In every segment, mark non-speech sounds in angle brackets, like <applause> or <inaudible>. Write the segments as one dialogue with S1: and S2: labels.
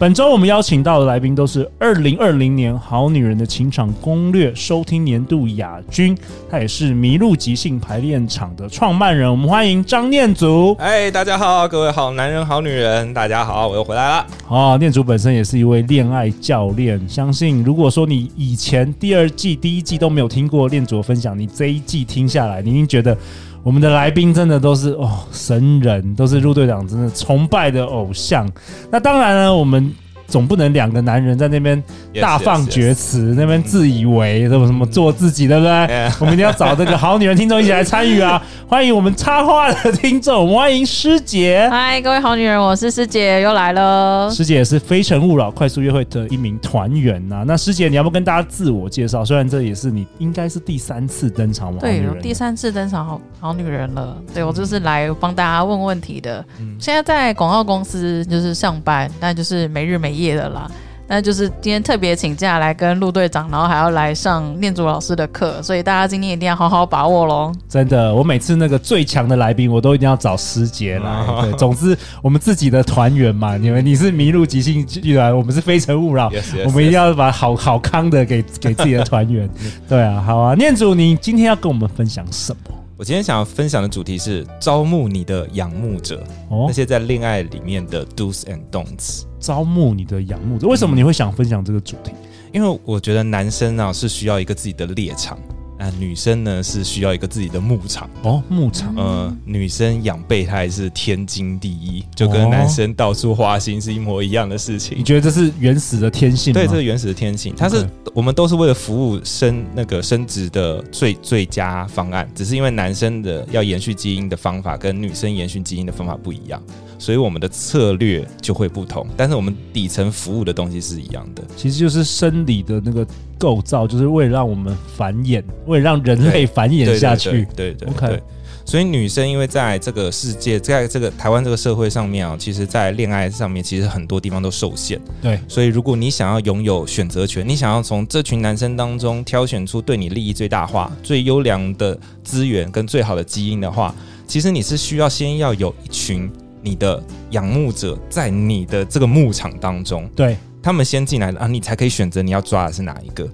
S1: 本周我们邀请到的来宾都是二零二零年《好女人的情场攻略》收听年度亚军，她也是麋鹿即兴排练场的创办人。我们欢迎张念祖。
S2: 哎，大家好，各位好男人好女人，大家好，我又回来了。
S1: 哦，念祖本身也是一位恋爱教练，相信如果说你以前第二季、第一季都没有听过念祖的分享，你这一季听下来，你一定觉得我们的来宾真的都是哦神人，都是陆队长真的崇拜的偶像。那当然呢，我们。总不能两个男人在那边
S2: Yes,
S1: 大放
S2: yes, yes
S1: 厥词那边自以为什么什么做自己，对不对
S2: <laughs> Yeah
S1: 我们一定要找这个好女人听众一起来参与啊！欢迎我们插画的听众，我们欢迎师姐。
S3: 嗨，各位好女人，我是师姐，又来了。
S1: 师姐也是《非诚勿扰》快速约会的一名团员呐、那师姐，你要不要跟大家自我介绍？虽然这也是你应该是第三次登场嘛，
S3: 对，
S1: 好
S3: 我
S1: 女人嗯
S3: 第三次登场好好女人了。对我就是来帮大家问问题的。现在在广告公司就是上班，那就是没日没夜的啦。那就是今天特别请假来跟陆队长，然后还要来上念祖老师的课，所以大家今天一定要好好把握喽。
S1: 真的，我每次那个最强的来宾，我都一定要找师姐来。
S2: <laughs>
S1: 对，总之我们自己的团员嘛，你们你是麋鹿即兴剧团，我们是《非诚勿扰》
S2: Yes, yes,
S1: 我们一定要把好好康的给给自己的团
S2: <laughs>
S1: 员。对啊，好啊，念祖，你今天要跟我们分享什么？
S2: 我今天想要分享的主题是招募你的仰慕者，
S1: 哦
S2: 那，些在恋爱里面的 do's and don'ts。
S1: 招募你的仰慕者，为什么你会想分享这个主题？
S2: 因为我觉得男生啊是需要一个自己的猎场，啊、女生呢是需要一个自己的牧场。
S1: 哦，牧场。
S2: 呃，女生养备胎是天经地义，就
S1: 哦
S2: 跟男生到处花心是一模一样的事情。
S1: 你觉得这是原始的天性吗？
S2: 对，这是原始的天性，它是
S1: OK
S2: 我们都是为了服务生那个生殖的最最佳方案，只是因为男生的要延续基因的方法跟女生延续基因的方法不一样，所以我们的策略就会不同，但是我们底层服务的东西是一样的。
S1: 其实就是生理的那个构造，就是为了让我们繁衍，为了让人类繁衍下去。
S2: 对对对
S1: OK
S2: 对所以女生因为在这个世界，在这个台湾这个社会上面啊，其实，在恋爱上面，其实很多地方都受限。
S1: 对
S2: 所以，如果你想要拥有选择权，你想要从这群男生当中挑选出对你利益最大化、最优良的资源跟最好的基因的话，其实你是需要先要有一群你的仰慕者在你的这个牧场当中，
S1: 对
S2: 他们先进来了啊，你才可以选择你要抓的是哪一个。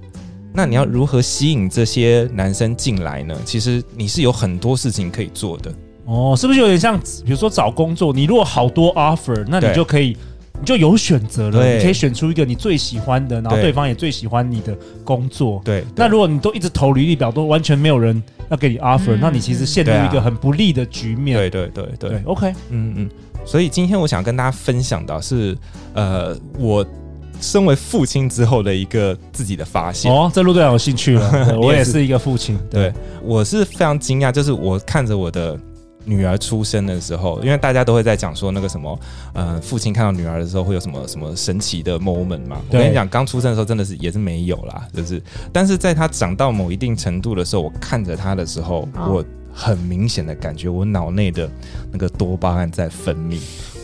S2: 那你要如何吸引这些男生进来呢？其实你是有很多事情可以做的。
S1: 哦，是不是有点像，比如说找工作，你如果好多 offer，那你
S2: 对
S1: 就可以，你就有选择了，
S2: 对
S1: 你可以选出一个你最喜欢的，然后
S2: 对
S1: 对方也最喜欢你的工作。
S2: 对，
S1: 那如果你都一直投履历表，都完全没有人要给你 offer，、
S3: 嗯
S1: 那你其实陷入
S2: 对啊
S1: 一个很不利的局面。
S2: 对对对对
S1: 对 o k
S2: 嗯嗯，所以今天我想跟大家分享的是，呃，我身为父亲之后的一个自己的发现。
S1: 哦，这陆队长有兴趣
S2: <laughs>
S1: 了，对我
S2: 你
S1: 也
S2: 也是
S1: 是一个父亲。
S2: 对，我是非常惊讶，就是我看着我的女儿出生的时候，因为大家都会在讲说那个什么，呃，父亲看到女儿的时候会有什么什么神奇的 moment 嘛。我
S1: 对
S2: 跟你讲，刚出生的时候真的是也是没有啦，就是，但是在她长到某一定程度的时候，我看着她的时候，
S3: 哦
S2: 我很明显的感觉我脑内的那个多巴胺在分泌。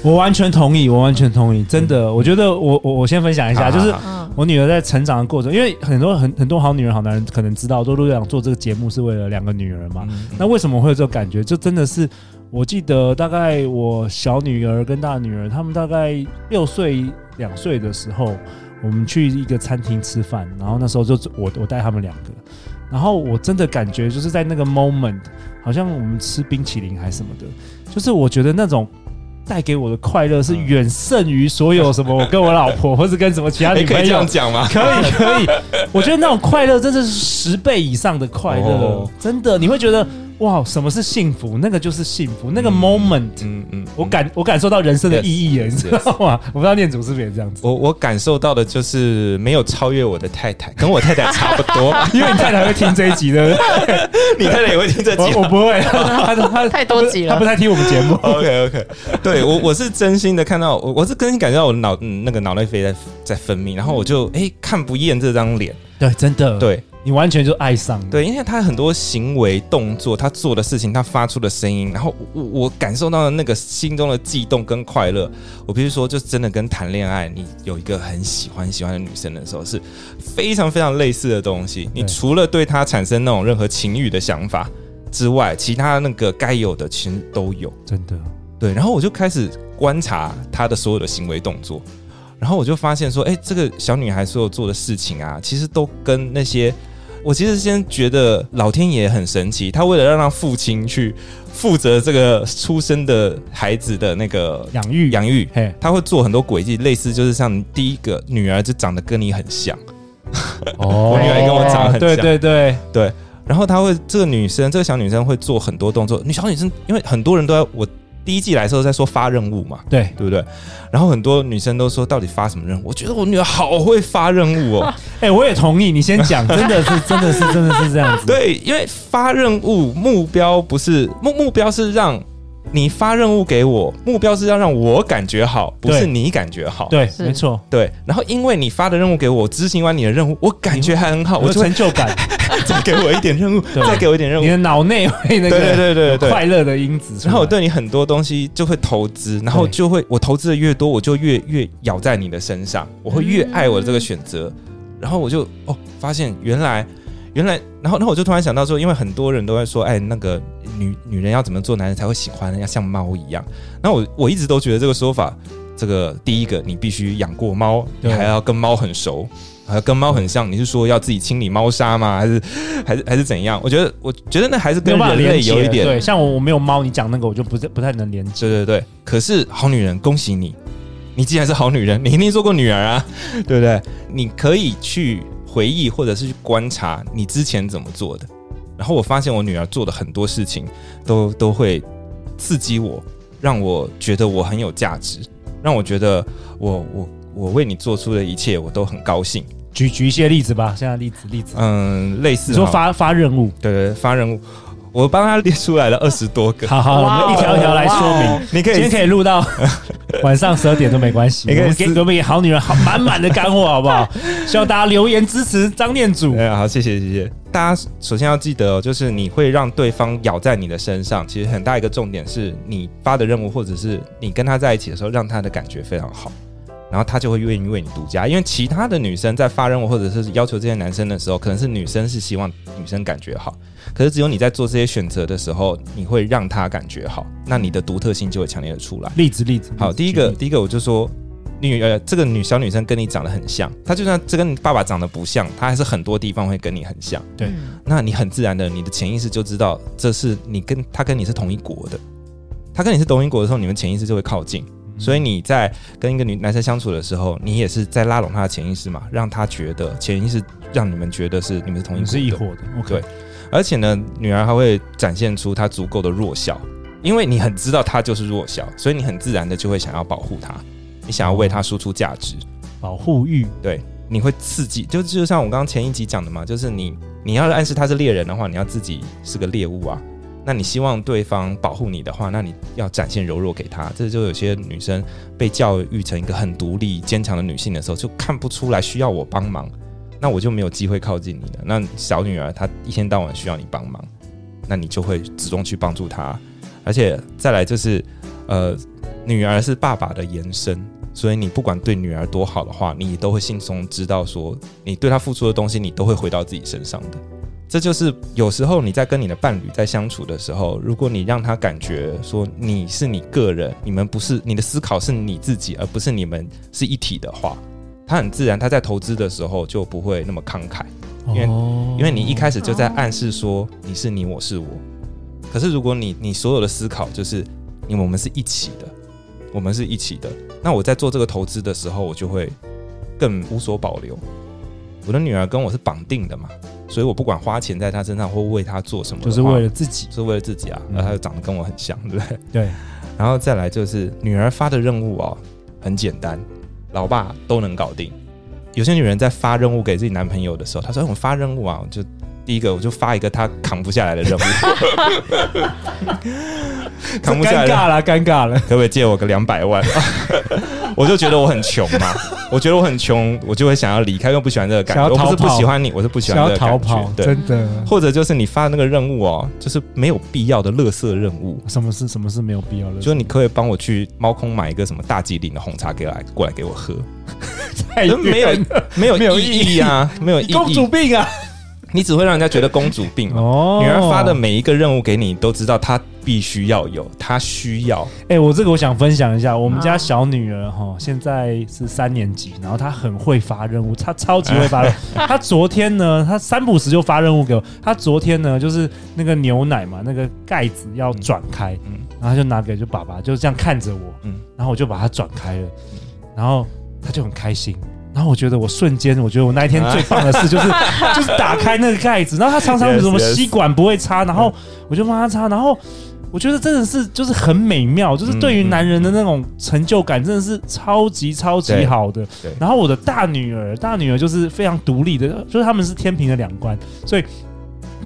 S1: 我完全同意，我完全同意，真的，我觉得我我我先分享一下，
S2: 嗯好
S1: 哎就是
S2: 好好
S3: 嗯，
S1: 我女儿在成长的过程，因为很多很很多好女人、好男人可能知道，说陆队长做这个节目是为了两个女儿嘛，
S2: 嗯
S1: 那为什么会有这种感觉？就真的是，我记得大概我小女儿跟大女儿，她们大概六岁、两岁的时候，我们去一个餐厅吃饭，然后那时候就我我带她们两个，然后我真的感觉就是在那个 moment，好像我们吃冰淇淋还是什么的，就是我觉得那种。带给我的快乐
S2: 嗯
S1: 是远胜于所有什么，我跟我老婆，或是跟什么其他
S2: 哎
S1: 女
S2: 可以
S1: 朋
S2: 这
S1: 友
S2: 样，讲吗？
S1: 可以可以，我觉得那种快乐真的是十倍以上的快乐，
S2: 哦
S1: 真的，你会觉得哇，什么是幸福？那个就是幸福，那个 moment，、
S2: 嗯嗯，
S1: 我感我感受到人生的
S2: Yes,
S1: 意义了，你知
S2: yes.
S1: 道吗？我不知道念祖是不是也这样
S2: <laughs>
S1: 子，
S2: 我我感受到的就是没有超越我的太太，跟我太太差不
S1: <laughs>
S2: 多。
S1: 因为你太太会听这一集的，
S2: 你 <laughs> 太太也会听这集。
S1: 我我不会，她她
S3: 太多集了
S1: 她不太听我们节目
S2: OK <laughs> OK，对我我是真心的看到，我我是真心感觉到我脑、嗯、那个脑内啡在在分泌，然后我
S1: 嗯
S2: 就哎、看不厌这张脸，
S1: 对，真的，
S2: 对
S1: 你完全就爱上了。
S2: 对，因为他很多行为动作，他做的事情，他发出的声音，然后我我感受到的那个心中的悸动跟快乐，我必须说，就真的跟谈恋爱，你有一个很喜欢喜欢的女生的时候，是非常非常类似的东西。你
S1: 对
S2: 除了对她产生那种任何情欲的想法之外，其他那个该有的其实都有。
S1: 真的，
S2: 对，然后我就开始观察她的所有的行为动作，然后我就发现说，哎，这个小女孩所有做的事情啊，其实都跟那些我其实先觉得老天爷很神奇，他为了让他父亲去负责这个出生的孩子的那个
S1: 养育
S2: 养育，
S1: 嘿，
S2: 他会做很多诡计，类似就是像第一个女儿就长得跟你很像，
S1: 哦
S2: 我女儿也跟我长得很像
S1: 对对对，
S2: 对。然后她会，这个女生，这个小女生会做很多动作。女小女生，因为很多人都在我第一季来的时候在说发任务嘛，
S1: 对，
S2: 对不对？然后很多女生都说，到底发什么任务？我觉得我女儿好会发任
S1: <laughs>
S2: 务哦。
S1: 哎、我也同意，你先
S2: <laughs>
S1: 讲，真的是，真的是，真的是这样子。
S2: 对，因为发任务目标不是目目标是让你发任务给我，目标是要让我感觉好，不是
S1: 对
S2: 你感觉好。
S1: 对，
S3: 是
S1: 没错，
S2: 对然后因为你发的任务给我，执行完你的任务，我感觉还很好，我
S1: 有
S2: 就会
S1: 成就感，
S2: 再给我一点任务，
S1: <laughs> 对
S2: 再给我一点任务
S1: 你。的脑内会那个
S2: 对对对对对
S1: 快乐的因子出来。
S2: 然后我对你很多东西就会投资，然后
S1: 对
S2: 就会我投资的越多，我就越越咬在你的身上，我会越爱我的这个选择。
S1: 嗯
S2: 然后我就哦，发现原来原来，然后然后我就突然想到说，因为很多人都在说，哎，那个女女人要怎么做，男人才会喜欢，要像猫一样。那我我一直都觉得这个说法，这个第一个你必须养过猫，你
S1: 对
S2: 还要跟猫很熟。还要跟猫很像，你是说要自己清理猫砂吗？还是还是还是怎样？我觉得，我觉得那还是
S1: 没
S2: 跟
S1: 有办法
S2: 人
S1: 连
S2: 类
S1: 接
S2: 有一点
S1: 对，像我我没有猫，你讲那个我就不太不太能连接。
S2: 对对对，可是好女人，恭喜你，你既然是好女人，你一定做过女儿啊，对不对？你可以去回忆或者是去观察你之前怎么做的。然后我发现我女儿做的很多事情都都会刺激我，让我觉得我很有价值，让我觉得我我我为你做出的一切我都很高兴。
S1: 举举一些例子吧，现在例子例子，
S2: 嗯，类似
S1: 你说
S2: 哈
S1: 发发任务，
S2: 对对对发任务，我帮她列出来了二十多个，
S1: 好好，我
S3: 哇哦
S1: 们一条一条来说
S3: 哇
S1: 明
S3: 哦。
S2: 你可
S1: 今
S2: 以
S1: 天可以录
S2: <laughs>
S1: 到晚上十二点都没关系，
S2: 你可以
S1: 我们给
S2: 私
S1: 我们给好女人好满满的干货，好不
S2: <laughs>
S1: 好？希望大家留言支持张念祖。
S2: 哎，好，谢谢谢谢。大家首先要记得、哦，就是你会让对方咬在你的身上，其实很大一个重点是你发的任务，或者是你跟他在一起的时候，让他的感觉非常好，然后他就会愿意为你独家。因为其他的女生在发任务或者是要求这些男生的时候，可能是女生是希望女生感觉好，可是只有你在做这些选择的时候，你会让他感觉好，那你的独特性就会强烈的出来。
S1: 例子例子，
S2: 好，
S1: 例子
S2: 第一
S1: 举
S2: 个，
S1: 例
S2: 第一个我就说，女呃，这个女小女生跟你长得很像，她就算这跟你爸爸长得不像，她还是很多地方会跟你很像。
S1: 对
S3: 嗯
S2: 那你很自然的，你的潜意识就知道这是你跟她跟你是同一国的，她跟你是同一国的时候，你们潜意识就会靠近。
S1: 嗯
S2: 所以你在跟一个女男生相处的时候，你也是在拉拢她的潜意识嘛，让她觉得潜意识让你们觉得是你们是同
S1: 你们
S2: 一国
S1: 是一
S2: 的
S1: 伙的，OK，
S2: 对而且呢，女儿还会展现出她足够的弱小，因为你很知道她就是弱小，所以你很自然的就会想要保护她，你想要为她输出价值，
S1: 保护欲，
S2: 对，你会刺激，就就像我刚刚前一集讲的嘛，就是你你要是暗示她是猎人的话，你要自己是个猎物啊。那你希望对方保护你的话，那你要展现柔弱给她。这就有些女生被教育成一个很独立、坚强的女性的时候，就看不出来需要我帮忙，那我就没有机会靠近你了。那小女儿她一天到晚需要你帮忙，那你就会主动去帮助她。而且再来就是，呃，女儿是爸爸的延伸，所以你不管对女儿多好的话，你都会心中知道说，你对她付出的东西，你都会回到自己身上的。这就是有时候你在跟你的伴侣在相处的时候，如果你让他感觉说你是你个人，你们不是你的思考是你自己，而不是你们是一体的话，他很自然他在投资的时候就不会那么慷慨。因为
S1: 哦
S2: 因为你一开始就在暗示说你是你，我是我。可是如果你你所有的思考就是你我们是一起的，我们是一起的，那我在做这个投资的时候，我就会更无所保留。我的女儿跟我是绑定的嘛，所以我不管花钱在他身上或为他做什么的
S1: 就
S2: 话，
S1: 是为了自己。
S2: 是为了自己啊，
S1: 嗯
S2: 然后他就长得跟我很像，对不对？
S1: 对，
S2: 然后再来就是女儿发的任务哦，很简单，老爸都能搞定。有些女人在发任务给自己男朋友的时候，她说：“哎我发任务啊，我就第一个我就发一个他扛不下来的任务， <laughs> 扛不下来
S1: 尴
S2: 的
S1: 尬了，尴尬了。
S2: 可不可以借我个两百万？ <laughs> 我就觉得我很穷嘛，我觉得我很穷，我就会想要离开，又不喜欢这个感觉。
S1: 想要
S2: 我不是
S1: 逃
S2: 不
S1: 跑
S2: 喜欢你，我是不喜
S1: 想
S2: 欢这
S1: 要
S2: 个
S1: 逃
S2: 感觉
S1: 跑，。
S2: 对，
S1: 真的。
S2: 或者就是你发的那个任务哦，就是没有必要的垃圾任务。
S1: 什么事？什么事没有必要的？
S2: 就是你可不可以帮我去猫空买一个什么大吉岭的红茶给来过来给我喝，
S1: 太
S2: 就没有
S1: 远了
S2: 没有
S1: 没有
S2: 意义啊，没有意
S1: 哎公主
S2: 义，
S1: 病啊！
S2: 你只会让人家觉得公主病嘛。
S1: 哦
S2: 女儿发的每一个任务给你，都知道她必须要有，她需要，
S1: 哎、我这个我想分享一下，我们家
S3: 啊
S1: 小女儿哈，现在是三年级，然后她很会发任务，她超级会发
S2: <laughs>
S1: 任务。她昨天呢，她三不时就发任务给我。她昨天呢，就是那个牛奶嘛，那个盖子要转开，
S2: 嗯
S1: 然后她就拿给就爸爸，就这样看着我，
S2: 嗯
S1: 然后我就把它转开了，然后她就很开心。然后我觉得我瞬间，我觉得我那一天最棒的事
S2: <laughs>
S1: 就是就是打开那个盖子，然后她常常
S2: Yes,
S1: 什么
S2: yes
S1: 吸管不会插，然后我就帮她插，然后我觉得真的是就是很美妙，
S2: 嗯
S1: 就是对于男人的那种成就感，真的是超级超级好的
S2: 对对。
S1: 然后我的大女儿，大女儿就是非常独立的，就是他们是天平的两端，所以。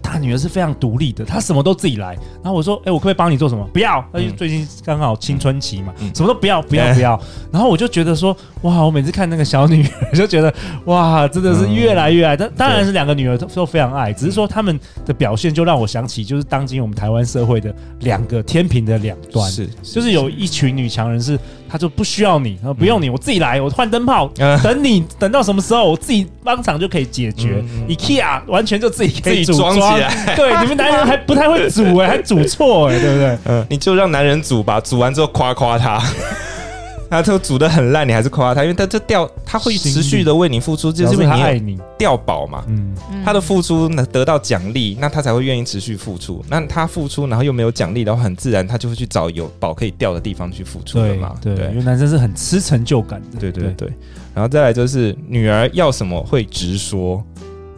S1: 大女儿是非常独立的，她什么都自己来。然后我说：“哎、我可不可以帮你做什么？”不要，她就
S2: 嗯
S1: 最近刚好青春期嘛，
S2: 嗯
S1: 什么都不要，不要，
S2: 哎
S1: 不
S2: <laughs>
S1: 要。然后我就觉得说：“哇，我每次看那个小女儿， <laughs> 就觉得哇，真的是越来越爱。但、当然是两个女儿都都非常爱，只是说她们的表现就让我想起，就是当今我们台湾社会的两个天平的两端，
S2: 是
S1: 就是有一群女强人是，她就不需要你，她说不用你，我自己来，我换灯泡，
S2: 呃
S1: <laughs> 等你等到什么时候，我自己帮场就可以解决。
S2: 嗯嗯
S1: IKEA 完全就自己可
S2: 自
S1: 以
S2: 己
S1: 组
S2: 装起来，
S1: 对，你们男人还不太会煮哎、还 <laughs> 煮错哎、对不对？
S2: 嗯，你就让男人煮吧，煮完之后夸
S1: <laughs>
S2: 夸他。他都煮的很烂，你还是夸他，因为他这掉，他会持续的为你付出，就是因
S1: 表
S2: 为
S1: 示她
S2: 你
S1: 爱
S2: 有
S1: 你，
S2: 掉宝嘛。
S1: 嗯，
S3: 嗯
S2: 他的付出呢得到奖励，那他才会愿意持续付出。那他付出，然后又没有奖励，然后很自然，他就会去找有宝可以掉的地方去付出了
S1: 对
S2: 嘛。
S1: 对，
S2: 对
S1: 因为男生是很吃成就感的，
S2: 对对对对。然后再来就是女儿要什么会直说，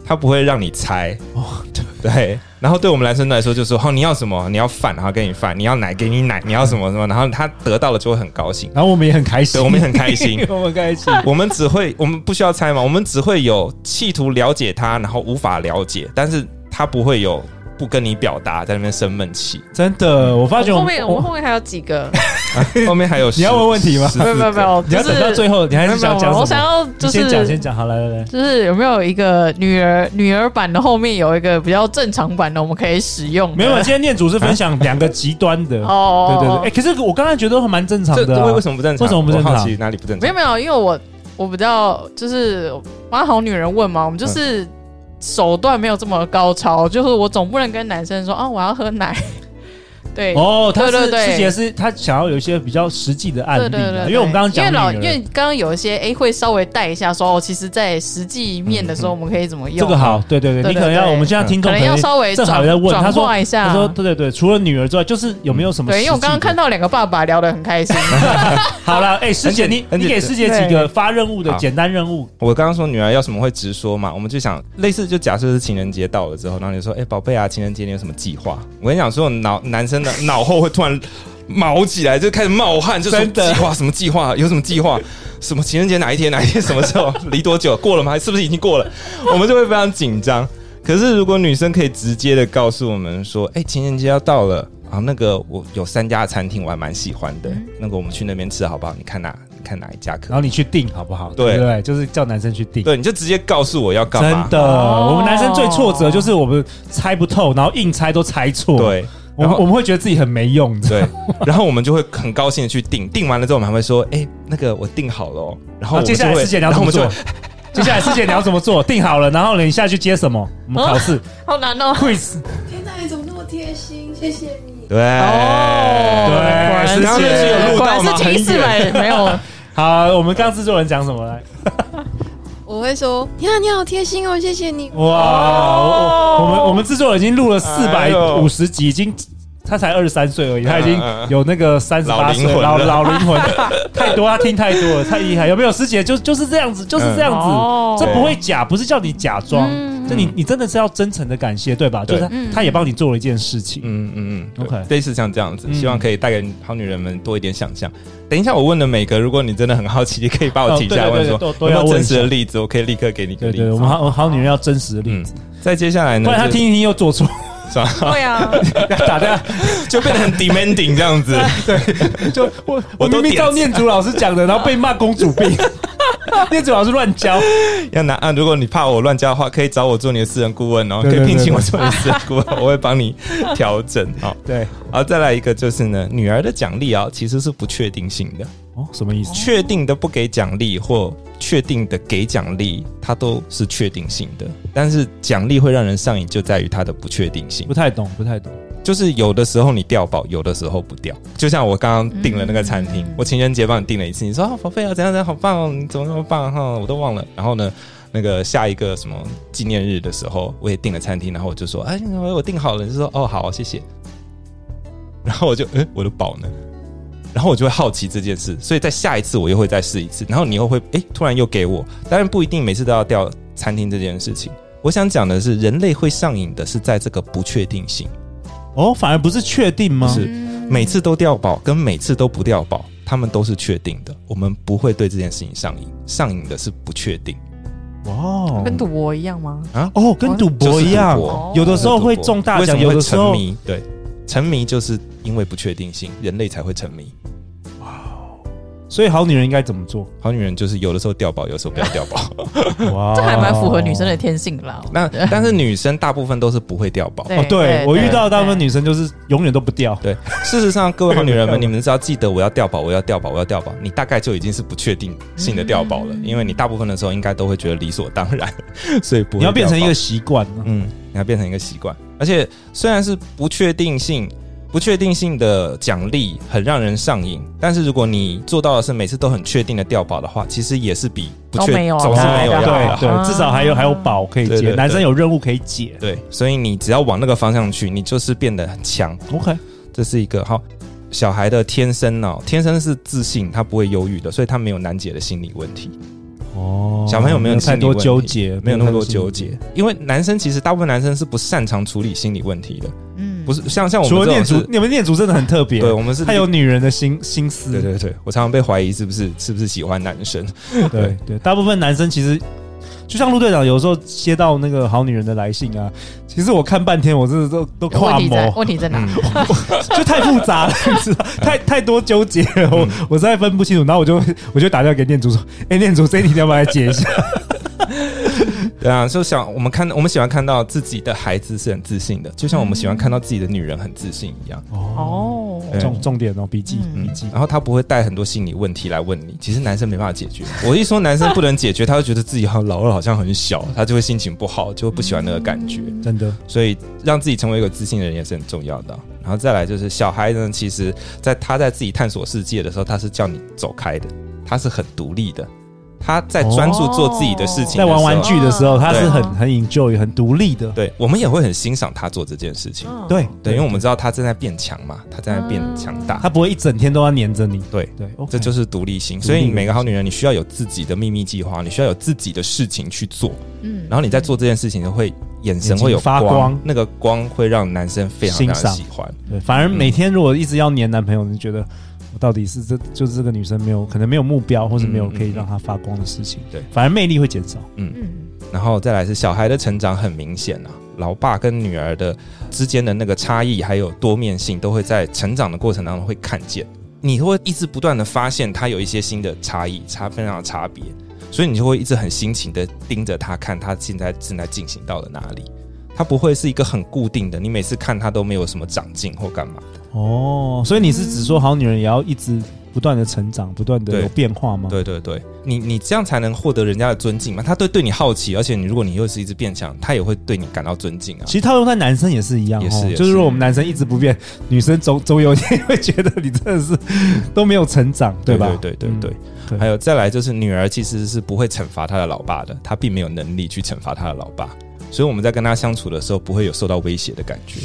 S2: 她不会让你猜。
S1: 哦，
S2: 对，然后对我们男生来说就是说，哦，你要什么？你要饭，然后给你饭；你要奶，给你奶；你要什么什么，然后他得到了就会很高兴。
S1: 然后我们也很开心，。
S2: 对，我们也很开心
S1: <laughs> 我们开
S2: <laughs>
S1: 心，
S2: 我们只会，我们不需要猜嘛，我们只会有企图了解他，然后无法了解，但是他不会有不跟你表达，在那边生
S1: <laughs>
S2: 闷气。
S1: 真的，我发觉
S4: 后
S1: 我
S4: 面我们后面还有几个，
S2: 后面还有
S1: 你要问问题吗
S2: 十
S3: 没有没有没，有，
S1: 你要
S3: 就是
S1: 等到最后，你还
S3: 没有
S1: 是
S3: 没
S1: 想
S3: 有
S1: 讲什么？
S3: 我想要
S1: 你
S3: 就是
S1: 先讲，先讲，好，来来来，
S3: 就是有没有一个女儿女儿版的后面有一个比较正常版的，我们可以使用的？
S1: 没有，今天念主是分享两个极端的，对
S3: 哦，
S1: 对对，哎、可是我刚才觉得蛮正常
S2: 这
S1: 的、
S2: 这
S1: 啊，
S2: 位为什么不正常？
S1: 为什么不正常
S2: 我好奇哪里不正
S3: 没
S2: 常
S3: 有？没有，因为我我比较就是帮好女人问嘛，我们就是手段没有这么高超，就是我总不能跟男生说啊我要喝奶， <laughs> 对。
S1: 哦，他是
S3: 对对对
S1: 师姐是他想要有一些比较实际的案例、啊，
S3: 对对对，
S1: 因为我们刚刚
S3: 因为老
S1: 讲
S3: 因
S1: 女
S3: 为
S1: 儿，
S3: 刚刚有一些哎会稍微带一下说哦，其实，在实际面的时候我们可以怎么用
S1: 嗯这个好，，对对对，
S3: 啊对对
S1: 你可能要
S3: 对
S1: 我们现在听
S3: 可
S1: 众
S3: 能要稍微
S1: 正好
S3: 转
S1: 在问他
S3: 转
S1: 说
S3: 化一下。
S1: 他说对对对，除了女儿之外，就是有没有什么
S3: 对，因为我
S1: 实际的
S3: 刚刚看到两个爸爸聊得很 <laughs> 开心，
S1: 好了，哎、师姐
S2: 很
S1: 你
S2: 简很
S1: 你
S2: 简
S1: 给师姐
S3: 对
S1: 几个发任务的
S2: 好
S1: 简单任务，
S2: 我刚刚说女儿要什么会直说嘛，我们就想类似就假设是情人节到了之后，然后你说，哎、宝贝啊，情人节你有什么计划？我跟你讲，所有脑男生的脑后会突然毛起来，就开始冒汗，就说
S1: 真的
S2: 计划什么计划，有什么计划，什么情人节哪一天哪一天什么时候离多久过了吗？是不是已经过了？我们就会非常紧张。可是如果女生可以直接的告诉我们说，哎、情人节要到了。啊，那个我有三家餐厅，我还蛮喜欢
S1: 嗯
S2: 的。那个我们去那边吃好不好？你看哪，你看哪一家可以
S1: 然后你去定好不好？
S2: 对
S1: 对不对，就是叫男生去定。
S2: 对，你就直接告诉我要干嘛。
S1: 真的，
S3: 哦
S1: 我们男生最挫折就是我们猜不透，然后硬猜都猜错。，
S2: 对
S1: 我们
S2: 然后
S1: 我们会觉得自己很没用，你知道吗
S2: 对，然后我们就会很高兴的去订，订完了之后我们还会说，哎、那个我订好了哦、然
S1: 好，
S2: 后我们
S1: 啊接
S2: 就
S1: 下来
S2: 会，
S1: 师姐你要
S2: 然
S1: 怎
S2: 后我
S1: 么
S2: 们就
S1: 做
S2: 会？
S1: 接下来师姐你要怎么做？定好了，然后呢，你下去接什么？我们考
S2: <laughs>
S1: 试
S3: 好难哦。
S1: quiz，
S5: 天哪，你怎么那么贴心？谢谢你。
S2: 对，
S3: 哦，
S1: 对
S3: 果然
S1: 然后那是有
S3: 是
S2: 录
S3: 果然
S2: 到吗
S3: 是听
S2: 很
S3: 四百没有，
S1: <laughs> 好，我们刚刚制作人讲什么来？
S4: 我会说，天啊，你好贴心哦，谢谢你。
S1: 哇，我我我们我们制作人已经录了四
S2: 哎
S1: 百
S2: 呦
S1: 五十集，已经他才二十三岁而已，他已经
S2: 嗯嗯
S1: 有那个三十八岁
S2: 老灵魂
S1: 老
S2: 了
S1: 老灵
S2: <laughs>
S1: 魂，太多他听太多
S2: 嗯
S1: 了，太厉害。有没有师姐就就是这样子，就是这样子，
S3: 哦
S1: 这不会假，不是叫你假装，就你你真的是要真诚的感谢，对吧？就
S2: 对
S1: 是他
S3: 嗯
S1: 他也帮你做了一件事情，
S2: 嗯嗯嗯
S1: OK
S2: 对类似像这样子，
S1: 嗯
S2: 希望可以带给好女人们多一点想象。等一下我问了每个，如果你真的很好奇，可以把我提下来
S1: 哦对
S2: 问
S1: 对对
S2: 说
S1: 都
S2: 有
S1: 都
S2: 没
S1: 要
S2: 有
S1: 问
S2: 真
S1: 一
S2: 实
S1: 下
S2: 的例子，我可以立刻给你一个
S1: 对
S2: 例
S1: 对，我
S2: 子。
S1: 们好好女人要真实的例
S2: 嗯
S1: 子，，
S2: 再接下来呢，
S1: 不然他
S2: 就
S1: 听一听又做
S2: <laughs>
S1: 错，
S2: 是吧
S3: 对啊，
S1: 打架
S2: 就变得很 demanding
S1: <laughs>
S2: 这样子。
S1: 就我
S2: 我
S1: 我
S2: 都
S1: 明明
S2: 点
S1: 照念祖老师讲的，然后被骂公主
S2: <laughs>
S1: 病，念祖老师乱教，
S2: 要拿啊！如果你怕我乱加的话，可以找我做你的私人顾问哦，可
S1: 对对
S2: 以聘
S1: 对
S2: 请我
S1: 对
S2: 做你的私人顾问， <laughs> 我会帮你调整好，
S1: 对
S2: 好，再来一个就是呢，女儿的奖励啊，其实是不确定性的，
S1: 哦，什么意思？
S2: 确定的不给奖励或确定的给奖励，它都是确定性的。但是奖励会让人上瘾，就在于它的不确定性
S1: 不。太懂，不太懂。
S2: 就是有的时候你掉宝，有的时候不掉。就像我刚刚订了那个餐厅，
S3: 嗯
S2: 我情人节帮你订了一次，你说啊，宝贝啊，怎样怎样，好棒哦，你怎么那么棒哈、我都忘了。然后呢，那个下一个什么纪念日的时候，我也订了餐厅，然后我就说，哎，我订好了，你就说哦，好，谢谢。然后我就，嗯，我的宝呢？然后我就会好奇这件事，所以在下一次我又会再试一次，然后你又会哎，突然又给我，当然不一定每次都要掉餐厅这件事情。我想讲的是，人类会上瘾的是在这个不确定性。
S1: 哦，反而不是确定吗？
S2: 是每次都掉宝跟每次都不掉宝，他们都是确定的，我们不会对这件事情上瘾，上瘾的是不确定，
S1: 哇哦
S3: 跟赌博一样吗？
S1: 哦，跟赌博一样
S2: 就是赌，博
S1: 有的时候会
S2: 就是赌博
S1: 中大
S2: 为什
S1: 奖，
S2: 么
S1: 有
S2: 会
S1: 的时
S2: 沉
S1: 候
S2: 迷，对，沉迷就是因为不确定性，人类才会沉迷。
S1: 所以好女人应该怎么做？
S2: 好女人就是有的时候掉宝，有的时候不要掉
S1: <laughs>
S2: 宝。哦
S1: 哇
S3: 这还蛮符
S1: 哦
S3: 合女生的天性啦。
S2: 那但是女生大部分都是不会掉宝。
S3: 对
S1: 哦。对我遇到大部分
S3: 对
S1: 女生就是永远都不掉，
S2: 对，事实上，各位好女人
S1: 没有 <laughs>
S2: 们，你们只要记得我要掉宝，我要掉宝，我要掉宝，你大概就已经是不确定性的掉宝了，
S1: 嗯
S2: 因为你大部分的时候应该都会觉得理所当然，所以不会
S1: 你要变成一
S2: 掉宝
S1: 个习惯啊
S2: 嗯，你要变成一个习惯。而且虽然是不确定性，不确定性的奖励很让人上瘾，但是如果你做到的是每次都很确定的掉宝的话，其实也是比不
S3: 都
S2: 确
S3: 没有
S2: 总是哦没有
S3: 对
S2: 要
S3: 对
S2: 好
S1: 对
S2: 的。
S3: 啊
S1: 对，至少还有还有宝可以
S2: 对对
S1: 解，
S2: 对
S1: 男生有任务可以解。
S2: 对，所以你只要往那个方向去，你就是变得很强。
S1: OK，
S2: 这是一个好小孩的天生哦，天生是自信，他不会忧郁的，所以他没有难解的心理问题。
S1: 哦
S2: 小朋友没有
S1: 太
S2: 心理
S1: 多
S2: 问题
S1: 纠结，
S2: 没有那么多
S1: 太心理
S2: 纠结，因为男生其实大部分男生是不擅长处理心理问题的，
S3: 嗯
S2: 不
S3: 是
S2: 是像像我
S1: 除了
S2: 们这
S1: 念
S2: 种
S1: 祖
S2: 是，，
S1: 你们念祖真的很特别，
S2: 对，我们是
S1: 他有女人的心心思，
S2: 对对对，我常常被怀疑是不是是不是喜欢男生， <laughs>
S1: 对对，大部分男生其实就像陆队长，有时候接到那个好女人的来信啊，其实我看半天，我真的都都
S3: 问
S1: 跨
S3: 题在
S1: 模，
S3: 问题在哪？
S1: 就太复杂了， <laughs> 你知道，太太多纠结了，
S2: 嗯
S1: 我、我实在分不清楚。然后我就我就打电话给念祖说：“哎、念祖，这一题你要不要来解一下
S2: 对啊，就想我们看我们喜欢看到自己的孩子是很自信的，就像我们喜欢看到自己的女人很自信
S1: 嗯
S2: 一样？”。
S3: 哦，
S2: <laughs> 对
S1: 重重点哦，笔记
S3: 嗯
S1: 笔记。
S2: 然后他不会带很多心理问题来问你，其实男生没办法解决。我一说男生不能解决，他就觉得自己好像老二好像很小，他就会心情不好，就会不喜欢那个感觉。
S1: 真的，
S2: 所以让自己成为一个自信的人也是很重要的。然后再来就是小孩呢，其实在他在自己探索世界的时候，他是叫你走开的，他是很独立的，他在专注做自己的事情的时
S1: 在
S2: 候
S1: 玩玩具的时候，
S3: 哦
S1: 他是很
S3: 对
S1: 很 enjoy、很独立的。
S2: 对我们也会很欣赏他做这件事情。
S3: 嗯
S1: 对
S2: 对，因为我们知道他正在变强嘛，他正在变强大，
S1: 他不会一整天都要黏着你。
S2: 对
S1: 对，OK，
S2: 这就是是嗯独立性。
S1: 独立
S2: 所以每个好女人，你需要有自己的秘密计划，你需要有自己的事情去做，
S3: 嗯
S2: 然后你在做这件事情就会眼神会
S1: 眼
S2: 有
S1: 睛发光
S2: 那个光会让男生非常非常
S1: 欣赏
S2: 喜欢。
S1: 对。反而每天如果一直要黏男朋友，你就觉得我到底是这就是这个女生没有可能没有目标，或是没有
S2: 嗯嗯
S1: 可以
S2: 嗯
S1: 让她发光的事情，
S2: 对
S1: 反而魅力会减少。
S3: 嗯
S2: 然后再来是小孩的成长很明显啊，老爸跟女儿的之间的那个差异还有多面性，都会在成长的过程当中会看见，你会一直不断的发现他有一些新的差异，差非常的差别，所以你就会一直很辛勤的盯着他看他现在正在进行到了哪里，他不会是一个很固定的，你每次看他都没有什么长进或干嘛的。
S1: 哦，所以你是指说好女人也要一直不断的成长，不断的
S2: 对
S1: 有变化吗？
S2: 对对对，你你这样才能获得人家的尊敬嘛，他对对你好奇，而且你如果你又是一直变强，他也会对你感到尊敬啊。
S1: 其实套用在男生也是一样，
S2: 也是
S1: 哦
S2: 也是
S1: 就是说我们男生一直不变，女生总总有一天会觉得你真的是都没有成长，吧？
S2: 对对对对
S1: 对
S2: 对。还有再来就是女儿其实是不会惩罚她的老爸的，她并没有能力去惩罚她的老爸，所以我们在跟她相处的时候不会有受到威胁的感觉。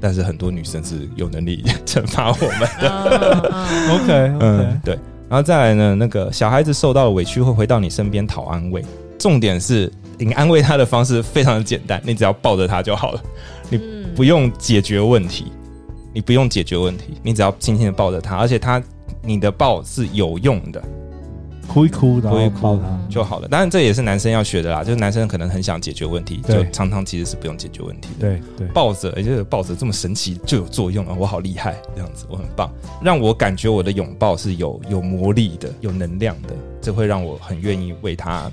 S2: 但是很多女生是有能力 <laughs> 惩罚我们的，
S3: 嗯
S1: OK OK，
S2: 嗯，对。然后再来呢，那个小孩子受到了委屈会回到你身边讨安慰，重点是。诶你安慰他的方式非常的简单，你只要抱着他就好了，你
S4: 嗯
S2: 不用解决问题，你不用解决问题，你只要轻轻的抱着他，而且他你的抱是有用的
S1: 哭一哭，然
S2: 哭一
S1: 后
S2: 哭
S1: 抱他。
S2: 就好了。当然这也是男生要学的啦，就是男生可能很想解决问题，就
S1: 对
S2: 常常其实是不用解决问题的。
S1: 对对，
S2: 抱着，也就是抱着这么神奇就有作用了，我好厉害，这样子我很棒，让我感觉我的拥抱是有有魔力的，有能量的，这会让我很愿意为他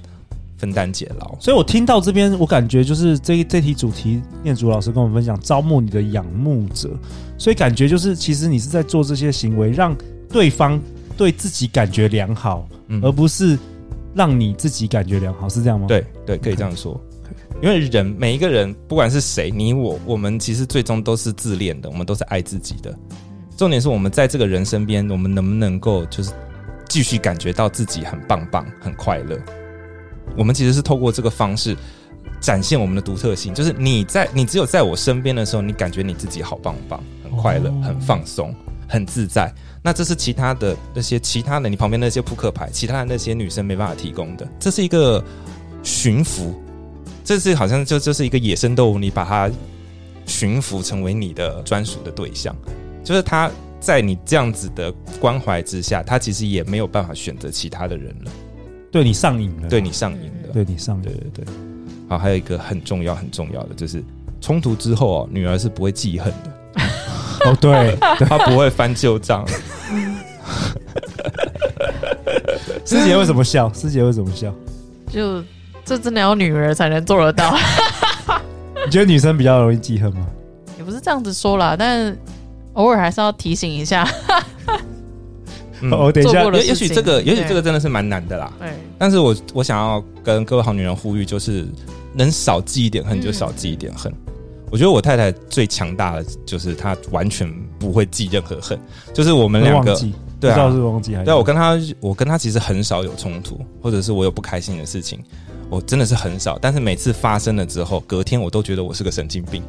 S2: 分担解劳。
S1: 所以我听到这边，我感觉就是这这题主题，念祖老师跟我们分享招募你的仰慕者，所以感觉就是其实你是在做这些行为，让对方对自己感觉良好，
S2: 嗯
S1: 而不是让你自己感觉良好，是这样吗？，
S2: 对对，可以这样说。因为人每一个人，不管是谁，你我，我们其实最终都是自恋的，我们都是爱自己的。
S1: 嗯
S2: 重点是我们在这个人身边，我们能不能够就是继续感觉到自己很棒棒、很快乐？我们其实是透过这个方式展现我们的独特性，就是你在你只有在我身边的时候，你感觉你自己好棒棒、很快乐、
S1: 哦
S2: 很放松、很自在。那这是其他的那些其他的你旁边那些扑克牌，其他的那些女生没办法提供的，这是一个驯服，这是好像就就是一个野生动物，你把它驯服成为你的专属的对象，就是它在你这样子的关怀之下，它其实也没有办法选择其他的人了，
S1: 对你上瘾了，
S2: 对你上瘾了。
S1: 对你上
S2: 对
S1: 瘾，
S2: 对对。好，还有一个很重要很重要的就是冲突之后哦，女儿是不会记恨的，
S1: 哦对，
S2: <laughs> 她不会翻旧账。 <laughs>
S1: 师姐为什么笑？师姐为什么笑？
S3: 就这真的要女儿才能做得到， <laughs>
S1: 你觉得女生比较容易记恨吗？
S3: 也不是这样子说啦，但偶尔还是要提醒一
S1: <laughs>
S3: 下。
S2: 嗯
S1: 哦，等一
S3: 做
S1: 下
S3: 过，了
S2: 也也许
S3: 事情
S2: 这个，也许
S3: 对
S2: 这个真的是蛮难的啦。
S3: 对，
S2: 但是我我想要跟各位好女人呼吁，就是能少记一点恨就少记一点恨。我觉得我太太最强大的就是她完全不会记任何恨，就是我们
S1: 会
S2: 两
S1: 忘
S2: 个
S1: 记，
S2: 对
S1: 不知道
S2: 啊
S1: 是忘记还是
S2: 对啊，我跟她我跟她其实很少有冲突，或者是我有不开心的事情，我真的是很少。但是每次发生了之后，隔天我都觉得我是个神经病，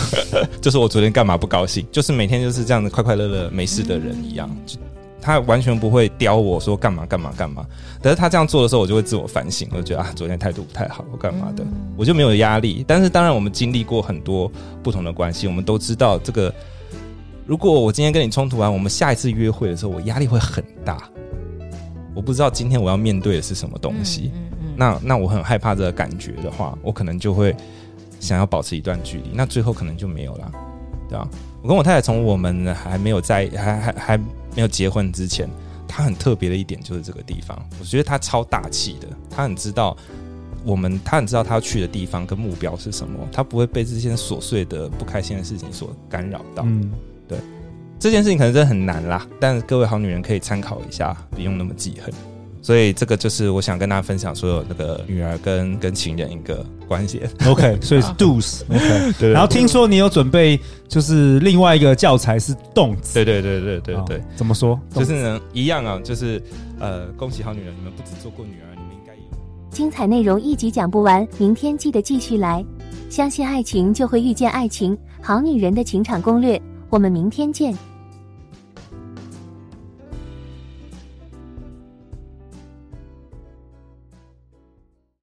S2: <laughs> 就是我昨天干嘛不高兴，就是每天就是这样子快快乐乐没事的人一样。就她完全不会刁我说干嘛干嘛干嘛，可是她这样做的时候，我就会自我反省，我就觉得啊，昨天态度不太好，我干嘛的，我就没有压力。但是当然，我们经历过很多不同的关系，我们都知道这个。如果我今天跟你冲突完，我们下一次约会的时候，我压力会很大。我不知道今天我要面对的是什么东西，
S3: 嗯嗯
S2: 那那我很害怕这个感觉的话，我可能就会想要保持一段距离，那最后可能就没有啦，对啊，我跟我太太从我们还没有在还还还没有结婚之前，她很特别的一点就是这个地方，我觉得她超大气的，她很知道我们，她很知道她要去的地方跟目标是什么，她不会被这些琐碎的不开心的事情所干扰到。
S1: 嗯，
S2: 这件事情可能真的很难啦，但各位好女人可以参考一下，不用那么记恨。所以这个就是我想跟大家分享所有那个女儿跟跟情人一个关系。
S1: OK，所以是
S2: 啊
S3: 好
S1: do's。OK，
S2: <laughs> 对
S1: 然后听说你有准备，就是另外一个教材是动词，
S2: 对对对对对对，
S1: 哦，怎么说？
S2: 就是呢一样啊，就是呃，恭喜好女人，你们不只做过女儿，你们应该也有。
S6: 精彩内容一集讲不完，明天记得继续来。相信爱情就会遇见爱情，好女人的情场攻略，我们明天见。